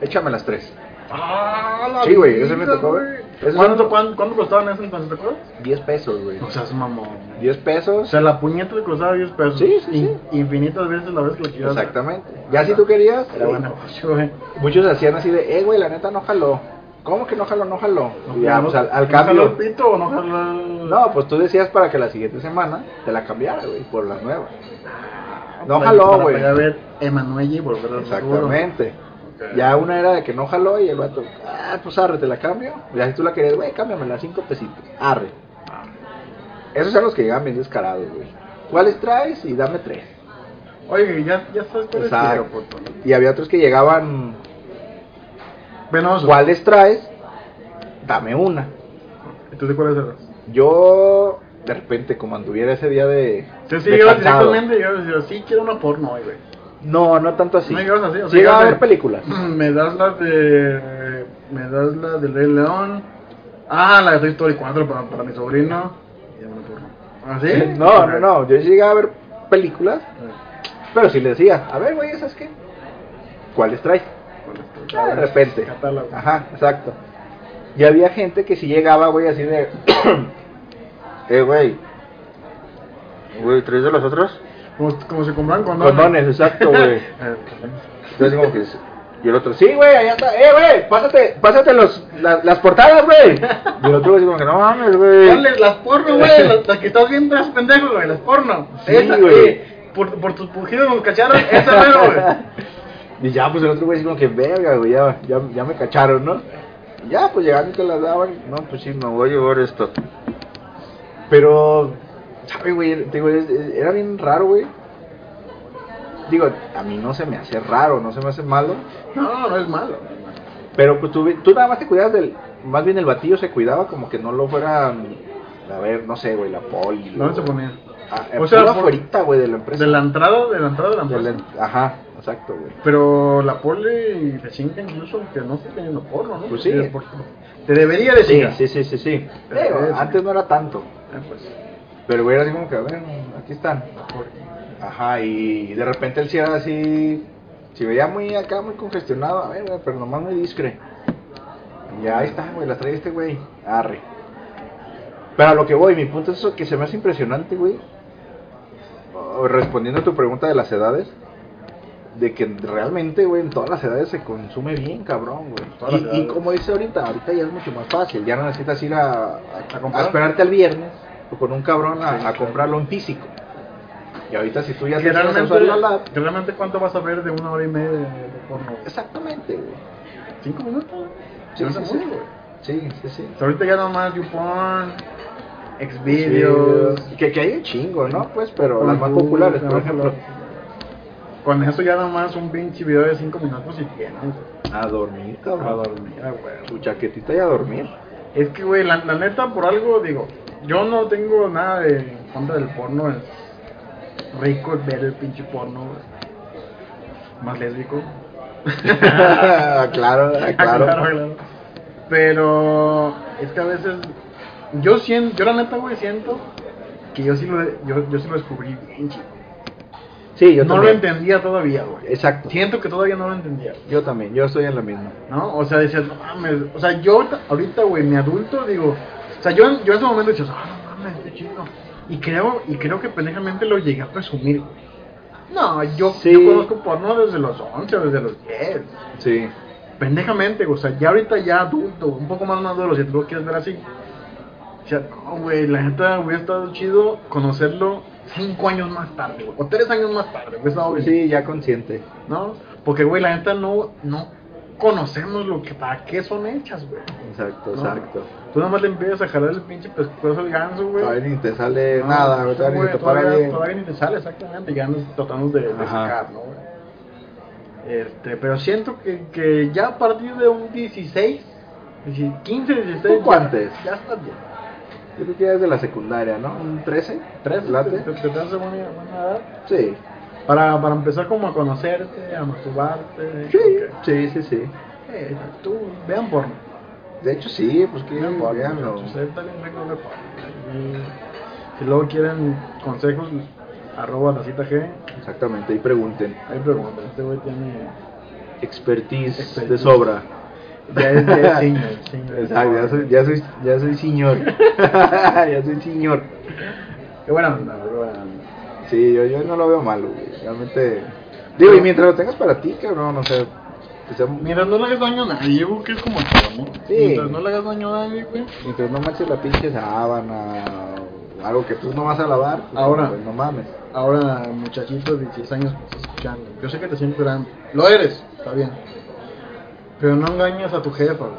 Échame las tres.
Ah, la
Sí, güey,
vida,
ese me tocó,
güey.
güey. Ese
¿Cuánto,
me-
cuán- cuánto costaban esas entonces, te acuerdas?
10 pesos, güey.
O sea, es mamón.
10
O
pesos.
sea, la puñeta te costaba 10 pesos.
Sí, sí,
In-
sí.
Infinitas veces la vez que lo quieras.
Exactamente. Ya si tú querías,
Era buen negocio, pues, güey.
muchos hacían así de, eh, güey, la neta no jaló. ¿Cómo que no jaló? No jaló.
No,
Y ya,
no-
pues al, al
¿no
cambio.
jaló el pito o no jaló el-
No, pues tú decías para que la siguiente semana te la cambiara, güey, por la nueva. No
Para-
jaló,
para
güey.
pegar a ver Emanuel y volver al futuro.
Exactamente.
Ok.
Ya una era de que no jaló y el vato, ah, pues arre, te la cambio. Ya si tú la querías, güey, cámbiamela, cinco pesitos. Arre.
Ah.
Esos eran los que llegaban bien descarados, güey. ¿Cuáles traes? Y dame tres.
Oye, ya, ya sabes cuál es el
Exacto.
aeropuerto. ¿no?
Y había otros que llegaban,
Venoso.
¿cuáles traes? Dame una.
Entonces, ¿cuáles eran?
Yo, de repente, como anduviera ese día de.
Sí, sí,
de
llegabas
cansado.
directamente y llegabas y decías, sí, quiero una porno hoy, güey.
No, no tanto así.
No llegabas así, o sea,
Sí llegaba a
llegabas
ver
de-
películas.
Me das las de. Me das la del Rey León. Ah, la de Toy Story 4 para, para mi sobrino. Y ya me lo porno. ¿Ah, sí?
No, no, no. Yo sí llegaba a ver películas,
no.
pero sí le decía, a ver, güey, ¿esas qué? ¿Cuáles traes? Ah, de repente.
Catálogo.
Ajá, exacto. Y había gente que si llegaba, güey, así de. eh, güey. Güey, ¿tres de las otras?
Como, como se compraban condones.
Condones, exacto, güey.
Eh,
Entonces, como que. Y el otro, sí, güey, allá está. Eh, güey, pásate, pásate los, la- las portadas, güey. Y el otro, güey, así como que no mames, güey.
Dale, las porno, güey. Las, las que estás viendo es pendejo, güey. Las porno.
Sí,
Esa,
güey.
eh, Por, por tus pujidos nos cacharon. Esa, mero, güey.
Y ya, pues el otro güey así como que, verga, güey, ya, ya, ya me cacharon, ¿no? Y ya, pues llegaron y te las daban. No, pues sí, me voy a llevar esto. Pero, ¿sabes, güey? Te digo, es- es- era bien raro, güey. Digo, a mí no se me hace raro, no se me hace malo.
No, no es malo.
Pero pues tú, tú nada más te cuidabas del... Más bien el batillo se cuidaba como que no lo fueran... A ver, no sé, güey, la poli.
¿Dónde se
o-
ponía?
Ah,
O sea,
puro
por-
afuerita, güey, de la empresa.
De la entrada, de la entrada de la
De la- em,
empresa.
Ajá, exacto, güey.
Pero la poli te chinga incluso que no esté teniendo porno, ¿no? Eh,
Pues sí.
Porque Te debería de
Sí,
chingar.
sí, sí, sí, sí.
Pero
Digo,
es-
antes no era tanto.
Ah, pues,
Pero güey era así como que, a ver, aquí están.
por-
Ajá, y de repente él sí era así. Si veía muy acá, muy congestionado, a ver, güey, pero nomás muy discre. Y ahí está, güey, las trae este güey. Arre. Pero a lo que voy, mi punto es eso que se me hace impresionante, güey. O- Respondiendo a tu pregunta de las edades, de que realmente, güey, en todas las edades se consume bien, cabrón,
Todas
güey.
las
Y- Y,
edades.
como dice ahorita, ahorita ya es mucho más fácil, ya no necesitas ir a,
¿A
a
comprar?
esperarte al viernes o con un cabrón a,
Sí,
a
claro.
comprarlo en físico. Y ahorita si tú ya te empiezas a
Generalmente,
usar la lap,
generalmente, ¿cuánto vas a ver de una hora y media de, de por no.
Exactamente, güey.
Cinco minutos, güey.
Sí,
No
sí,
es
sí.
mucho, güey.
Sí, sí, sí.
O sea, Ahorita ya nomás YouPorn, Xvideos.
Que, que hay un chingo, ¿no? Pues, pero
Con
las más
Google,
populares, por
las
ejemplo.
Con eso ya nomás un pinche video de cinco minutos y tienes
A dormir,
a
cabrón.
dormir, ah, güey.
Tu chaquetita y a dormir.
Es que, güey, la, la neta, por algo, digo, yo no tengo nada de en contra del porno. Es rico ver el pinche porno, güey. Más lésbico.
claro, claro.
claro. Pero es que a veces yo siento, yo la neta, güey, siento que yo sí lo, de- yo, yo sí lo descubrí bien, chico.
Sí, yo
no
también.
lo entendía todavía, güey.
Exacto.
Siento que todavía no lo entendía.
Yo también, yo estoy en la misma.
¿no? O sea, decías, no mames, o sea, yo ta- ahorita, güey, mi adulto, digo, o sea, yo, en- yo en ese momento decía, ah, no mames, este chico. Y creo, y creo que pendejamente lo llegué a presumir, güey. No, yo,
Sí.
yo conozco porno desde los 11, desde los 10.
Sí.
Pendejamente, güey, o sea, ya ahorita ya adulto, un poco más maduro, si tú lo quieres ver así. O sea, no, güey, la neta hubiera estado chido conocerlo cinco años más tarde, güey, o tres años más tarde, hubiera estado bien.
Sí, ya consciente.
¿no? Porque, güey, la neta no, no conocemos lo que, para qué son hechas, güey.
Exacto,
No.
exacto.
Tú nada más le empiezas a jalar el pinche pescuezo al ganso, güey.
Todavía ni te sale
No,
nada,
no,
todavía ni
güey,
te para
todavía,
bien.
todavía ni te sale, exactamente. Ya nos tratamos de, de
Ajá.
sacar, ¿no, güey? Este, pero siento que, que ya a partir de un 16, 15, 16.
Poco
ya-
antes.
Ya está bien.
Yo creo que ya desde la secundaria, ¿no? ¿Un 13? ¿13?
Te,
¿Late?
te- te hace buena, buena edad.
Sí.
Para, para empezar como a conocerte, a masturbarte.
Sí,
ok.
sí, sí, sí.
Eh, tú, vean porno.
De hecho, sí, pues que
Vean porno,
veanlo.
muchachos, ahí también vengo de porno. Y si luego quieren consejos, arroba la cita G,
Exactamente, y pregunten.
ahí preguntan. Este güey tiene.
Expertise,
Expertise.
de sobra.
Ya es ya es senior, senior.
Exacto, ya soy, ya soy, ya soy señor. ya soy señor.
Qué buena onda, qué buena onda.
Sí, yo, yo no lo veo malo, güey. Realmente. Digo, y mientras lo tengas para ti, cabrón, o sea. que sea-
Mientras no le hagas daño a nadie, yo creo que es como todo, ¿no?
Sí.
Mientras no le hagas daño a nadie, güey.
mientras no manches la pinche sábana o algo que tú no vas a lavar. pues,
Ahora.
Pues no mames.
Ahora, muchachitos de 16 años que estás escuchando, yo sé que te sientes grande. Lo eres, está bien. Pero no engañes a tu jefa, güey.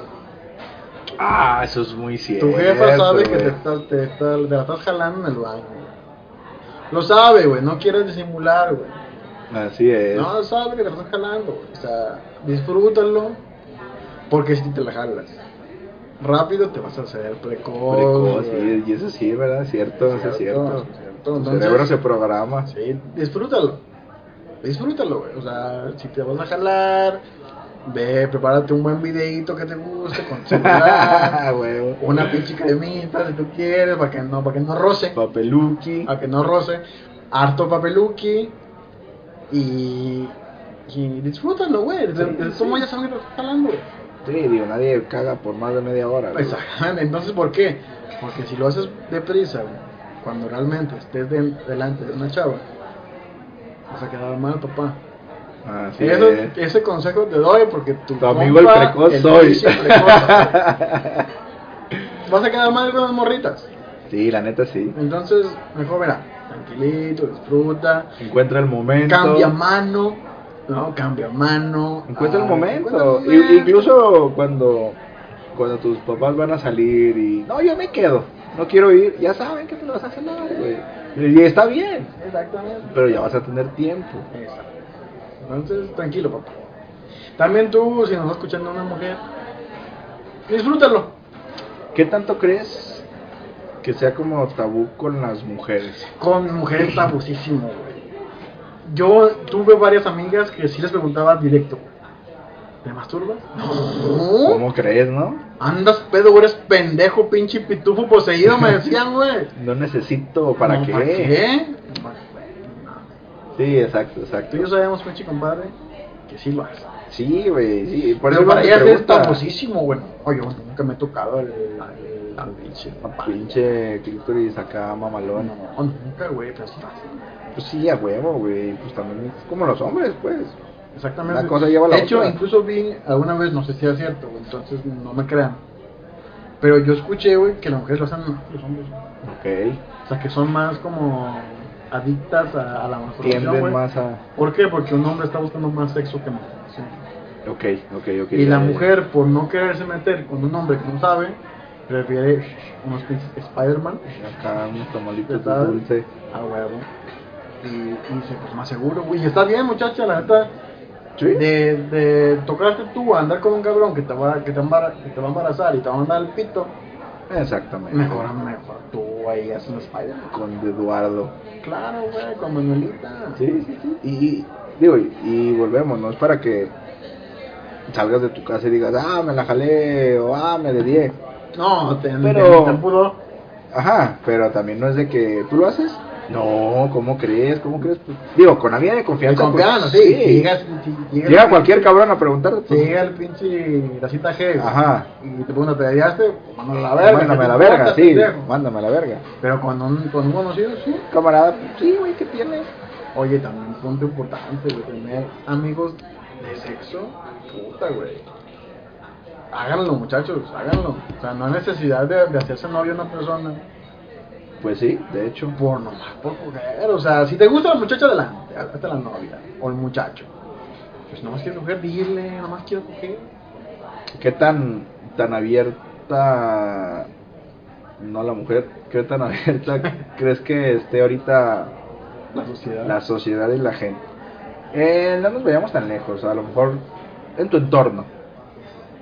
Ah, eso es muy cierto.
Tu jefa sabe que te,
güey.
estás, te, está- te la estás jalando en el baño. güey. Lo sabe, güey. No quieres disimular, güey.
Así es.
No, sabe que te la estás jalando, güey. O sea, disfrútalo. Porque si te la jalas, rápido te vas a hacer precoz. güey.
Precoz, sí, y eso sí, ¿verdad? Es Cierto, eso es cierto.
sí, cierto.
Tu
Entonces-
cerebro se programa.
Sí, disfrútalo. Disfrútalo, güey. O sea, si te vas a jalar, ve, prepárate un buen videito que te guste con tu celular.
Ah, Huevo.
Una pinche cremita si tú quieres, para que no, para que no roce.
Papeluki.
a que no roce, harto papeluki y, y disfrútalo, güey.
Sí,
Como
sí.
ya saben que te estás jalando, güey.
Sí, digo, nadie caga por más de media hora. güey.
Exactamente. Entonces, ¿por qué? Porque si lo haces deprisa, güey, cuando realmente estés de- delante de una chava, vas a quedar mal, papá.
Así
Eso-
es.
ese consejo te doy porque tu,
Tu amigo el
compa,
precoz
el
soy.
pinche precoz, güey. vas a quedar mal con las morritas.
Sí, la neta sí.
Entonces, mejor verá, tranquilito, disfruta.
Encuentra el momento.
cambia mano, ¿no? Cambia mano.
Encuentra el
Ah,
momento.
encuentra el
I-
momento.
incluso cuando, cuando tus papás van a salir y. No, yo me quedo. No quiero ir. Ya saben que te lo vas a cenar, güey. Y está bien.
Exactamente.
Pero ya vas a tener tiempo.
Exacto. Entonces, tranquilo, papá. También tú, si nos está escuchando una mujer, disfrútalo.
¿Qué tanto crees que sea como tabú con las mujeres?
Con mujeres tabusísimo, güey. Yo tuve varias amigas que sí les preguntaba directo, ¿te masturbas? No.
¿Cómo crees, no?
Andas pedo, güey, eres pendejo, pinche pitufo poseído, me decían, güey.
No necesito, ¿para
No,
qué?
¿Para qué? No.
Sí, exacto, exacto.
Tú y yo sabemos, pinche compadre, que sí lo hace.
Sí, güey, sí. Por
Pero
eso
para
me
ellas es
pregunta,
tabusísimo, güey. Oye, bueno, nunca me he tocado el, el, la pinche papá.
Pinche clítoris acá, mamalón.
No, nunca, güey, pero sí lo hace.
Pues sí, a huevo, güey. Pues también es como los hombres, pues.
Exactamente.
Una cosa lleva a la
de hecho,
otra.
incluso vi alguna vez, no sé si era cierto, güey, entonces no me crean. Pero yo escuché, güey, que las mujeres lo hacen más que los hombres. güey.
Ok.
O sea, que son más como adictas a, a la masturbación,
Tienden
güey.
más a...
¿Por qué? Porque un hombre está buscando más sexo que mujeres.
Ok, ok, ok.
Y la
ya, ya.
mujer, por no quererse meter con un hombre que no sabe, prefiere unos pinches Spider-Man.
Acá unos tamalitos de
¿verdad?
dulce.
A huevo. Y, y dice, pues más seguro, güey. Y está bien, muchacha, la neta.
Sí.
De, de tocarte tú a andar con un cabrón que te va, que te embara- que te va a embarazar y te va a mandar el pito,
Exactamente.
mejor, mejor tú ahí haces un Spider-Man.
Con Eduardo.
Claro, güey, con Manuelita.
Sí, sí, sí. Y, y- digo, y, y volvemos, no es para que salgas de tu casa y digas, ah, me la jalé, o ah, me dedié.
No, te,
Pero-
te- te pudo.
Ajá, pero también no es de que tú lo haces. No, ¿cómo crees? ¿Cómo crees? Pues, digo, con la vida de
Te
confianza.
confiaron,
pues,
sí.
sí.
Llegas, si- llega,
Llega cualquier cabrón a preguntarte.
si
pues,
llega el pinche la cita G.
Ajá.
Y te pregunta, ¿te hallaste? Mándame este, pues, a la verga.
mándame
¿qué
a la
te
verga,
importa,
sí.
pendejo?
Mándame a la verga.
Pero con un, con un conocido, sí.
Camarada, pues, sí, güey, ¿qué tienes?
Oye, también es punto importante, güey, tener amigos de sexo, puta, güey. Háganlo, muchachos, háganlo. O sea, no hay necesidad de, de hacerse novio a una persona
Pues sí, de hecho.
por nomás, por coger. O sea, si te gusta la muchacha, adelante, hasta la novia o el muchacho. Pues nomás quiero coger, dile, nomás quiero coger.
¿Qué tan, tan abierta, no la mujer, qué tan abierta crees que esté ahorita
La sociedad.
la sociedad y la gente? Eh, no nos vayamos tan lejos, a lo mejor en tu entorno.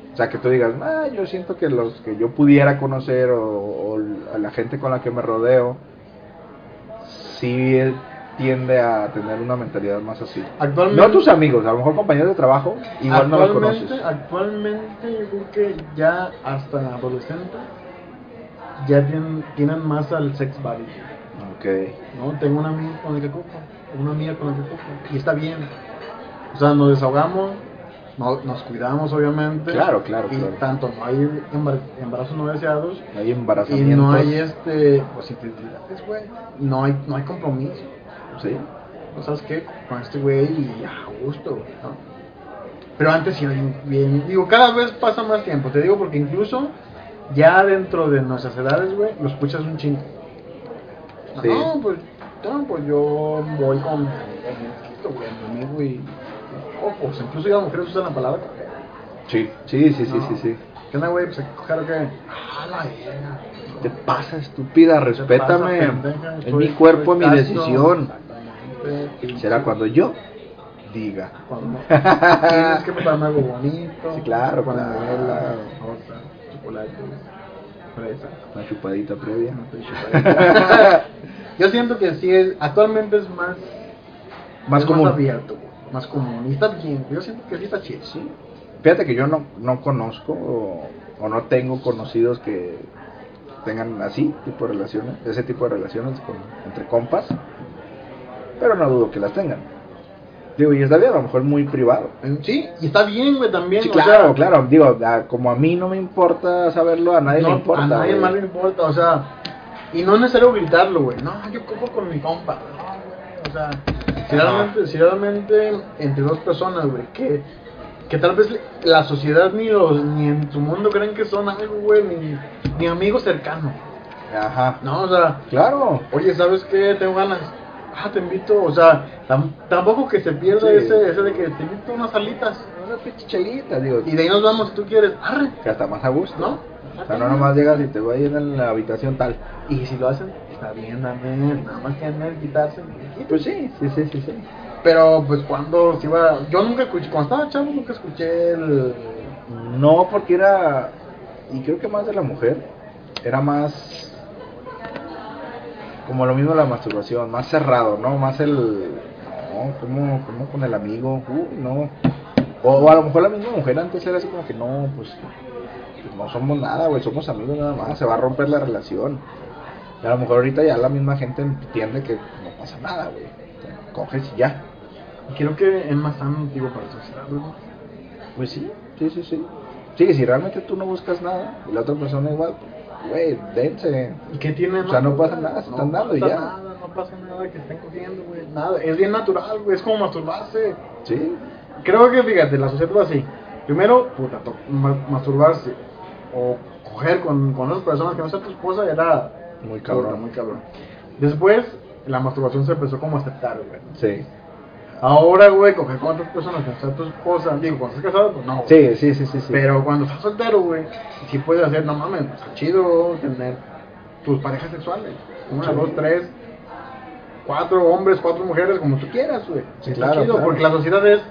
O sea, que tú digas, ah, yo siento que los que yo pudiera conocer o, o a la gente con la que me rodeo, sí eh, tiende a tener una mentalidad más así.
Actualmente-
no tus amigos, a lo mejor compañeros de trabajo, igual no los
actualmente,
conoces.
actualmente yo creo que ya hasta adolescentes ya tienen, tienen más al sex body.
Ok.
No, tengo una amiga con la que cojo, una amiga con la que cojo, y está bien. O sea, nos desahogamos, no- nos cuidamos, obviamente.
Claro, claro,
Y
claro.
tanto no hay embar- embarazos no deseados
No hay
y
embarazamientos.
no hay este, pues infidelidades, güey. No hay, no hay compromiso.
Sí.
O sea, es que con este güey y a gusto, güey, ¿no? Pero antes sí, era bien, bien- digo, cada vez pasa más tiempo, te digo, porque incluso ya dentro de nuestras edades, güey, lo escuchas un chingo.
Sí.
No, pues, no, pues yo voy con mi amiguito, güey, mi amigo y... Ojo, pues, incluso ya las mujeres usan la palabra coger.
Sí. Sí, sí, sí,
No.
sí, sí.
¿Qué onda, güey? Pues, ¿a ¿coger o qué? Ah, la verga.
Te pasa, estúpida, respétame.
Te pasa, pendeja,
es
soy-
mi cuerpo,
soy
mi
casto.
decisión.
Exactamente.
Será cuando yo diga.
Cuando tienes que prepararme algo bonito.
Sí, claro,
Con la
claro.
vela, rosa, chocolate, fresa.
Una chupadita previa.
no estoy chupada. Yo siento que sí, es, actualmente es más,
Más
es
común.
más abierto, güey, más común. Y está bien, yo siento que sí está chido.
Sí. Fíjate que yo no, no conozco o, o no tengo conocidos que tengan así tipo de relaciones, ese tipo de relaciones con, entre compas, pero no dudo que las tengan. Digo, y está bien, a lo mejor muy privado.
Sí, y está bien, güey, también.
Sí,
o
claro,
sea,
claro. Digo, a- como a mí no me importa saberlo, a nadie
no,
le importa.
A nadie
güey.
más le importa, o sea, y no es necesario gritarlo, güey. No, yo cojo con mi compa. No, güey, o sea, si realmente, si realmente entre dos personas, güey, que, que tal vez la sociedad ni los ni en su mundo creen que son algo, güey, ni, ni amigos cercanos.
Ajá.
No, o sea,
Claro.
oye, ¿sabes qué? Tengo ganas. Ah, te invito, o sea, tam- tampoco que se pierda
Sí.
ese, ese de que te invito a unas salitas
Una pinche chelita, digo.
y de ahí nos vamos si tú quieres. Arre,
Que hasta más a gusto.
¿no?
O sea, no nomás llegas y te voy a ir en la habitación tal.
Y si lo hacen, está bien también, nada más que andar quitarse. el flequillo.
Pues sí, sí, sí, sí, sí.
Pero pues cuando se iba, yo nunca escuché, cuando estaba chavo nunca escuché el...
No, porque era. Y creo que más de la mujer. Era más. Como lo mismo de la masturbación, más cerrado, ¿no? Más el. No, como, como con el amigo, uy, no. O, o a lo mejor la misma mujer antes era así como que no, pues. pues no somos nada, güey, somos amigos nada más, se va a romper la relación. Y a lo mejor ahorita ya la misma gente entiende que no pasa nada, güey. O sea, Coges y ya.
Creo que es más sano, digo, para la sociedad, ¿no?
Pues sí, sí, sí, sí. Sí, si realmente tú no buscas nada y la otra persona igual, güey, dense.
¿Y qué tiene?
O sea, no pasa nada, se están dando y
pasa
ya.
Nada, no pasa nada que estén cogiendo, güey, nada. Es bien natural, güey, es como masturbarse.
Sí,
Creo que, fíjate, la sociedad va así. Primero, puta, to- ma- masturbarse o coger con, con otras personas que no sea tu esposa era
muy
Puta,
cabrón.
muy cabrón. Después, la masturbación se empezó como a aceptar, güey.
Sí.
Ahora, güey, coger con otras personas, casar a tu esposa. Digo, cuando estás casado, pues no. güey.
Sí, sí, sí, sí. sí.
Pero cuando estás soltero, güey, sí puedes hacer, no mames, está chido tener tus parejas sexuales. Una,
Sí.
dos, tres, cuatro hombres, cuatro mujeres, como tú quieras, güey.
Sí,
Está
claro, claro.
porque la sociedad es,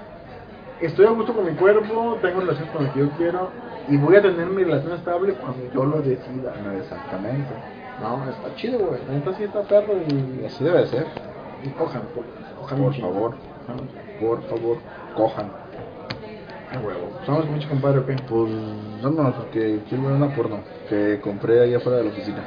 estoy a gusto con mi cuerpo, tengo relaciones con las que yo quiero y voy a tener mi relación estable cuando yo lo decida.
No, exactamente.
No, está chido, güey. La neta sí está perro
Y
y,
así debe de ser.
y cojan, pues. Cojan
Por
un chingo.
favor. Por favor, cojan.
Ah, huevo. Somos mucho compadre, ¿o qué?
Pues vámonos, porque quiero ver una porno que compré allá afuera de la oficina.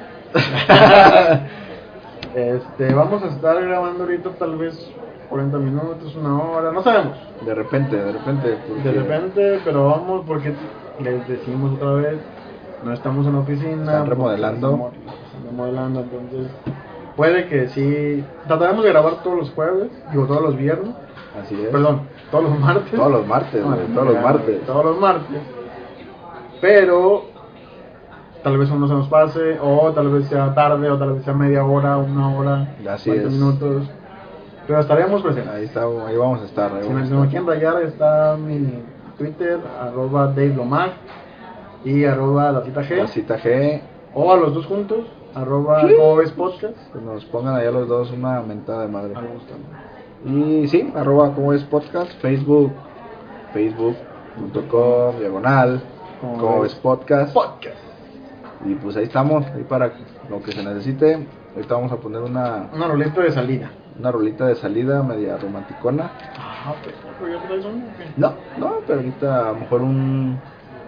Este, vamos a estar grabando ahorita tal vez 40 minutos, una hora, no sabemos.
De repente, de repente. porque-
De repente, pero vamos porque les decimos otra vez, no estamos en la oficina.
Están remodelando.
porque están remodelando, entonces puede que sí. Trataremos de grabar todos los jueves, digo todos los viernes,
Así es.
perdón, todos los martes.
Todos los martes,
Ah,
güey, todos los
ya,
martes.
Todos los martes. Pero tal vez uno se nos pase, o tal vez sea tarde, o tal vez sea media hora, una hora,
Así
40
es.
minutos. Pero estaremos presentes.
Ahí, está, ahí vamos a estar. ahí
Si
vamos a
me, si
estar.
me quieren rayar, está mi Twitter, arroba Dave Lomar y arroba la cita G.
La cita G.
O a los dos juntos, arroba
Sí.
Coves Podcast.
Que pues, nos pongan allá los dos una mentada de madre.
Algo está.
Y sí, arroba como es podcast, Facebook, facebook.com, diagonal,
Como
como
es.
es podcast.
Podcast.
Y pues ahí estamos, ahí para lo que se necesite. Ahorita vamos a poner una,
Una ruleta de salida.
una rolita de salida media romanticona.
Ah, pero ya traes uno, ¿o qué?
No, no, pero ahorita a lo mejor un,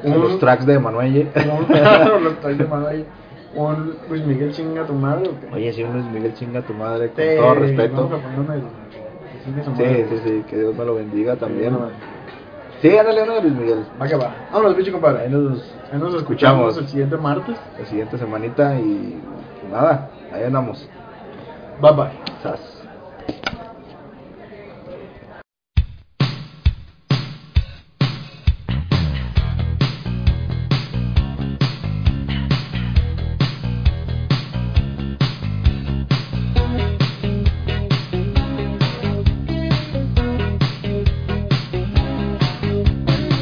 Un-
los tracks de Manuelle.
Un- lo estoy llamando ahí. Un Luis Miguel chinga tu madre o qué?
Oye, si un Luis Miguel chinga a tu madre, con
Te-
todo respeto.
Vamos a poner una de- que chingue su
Sí,
madre.
sí, sí, que Dios me lo bendiga también.
Una-
Sí, ándale una de Luis Miguel.
Va que va. Vámonos, bicho,
Ahí
compadre.
nos
Ahí nos
Escuchamos.
escuchamos el siguiente martes.
la siguiente semanita y nada, ahí andamos.
Bye bye.
Sas.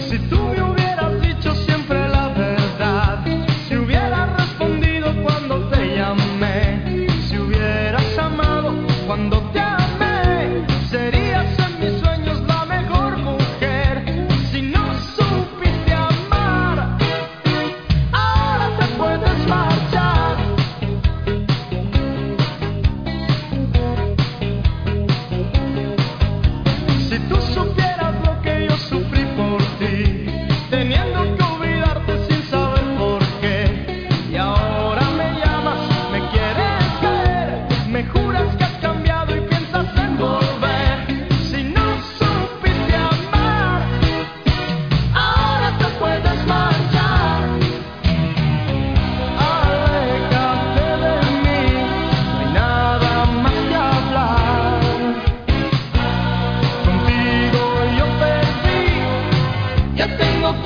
Si tú me hubieras dicho siempre la verdad, si hubieras respondido cuando te llamé, si hubieras amado cuando te amé, serías en mis sueños la mejor mujer. Si no supiste amar, ahora te puedes marchar. Si tú supieras lo que yo sufrí por ti, teniendo que olvidarte sin saber por qué, y ahora me llamas, me quieres caer, me juras que has cambiado y piensas en volver. Si no supiste amar, ahora te puedes marchar. Aléjate de mí, no hay nada más que hablar. Contigo yo perdí, ya tengo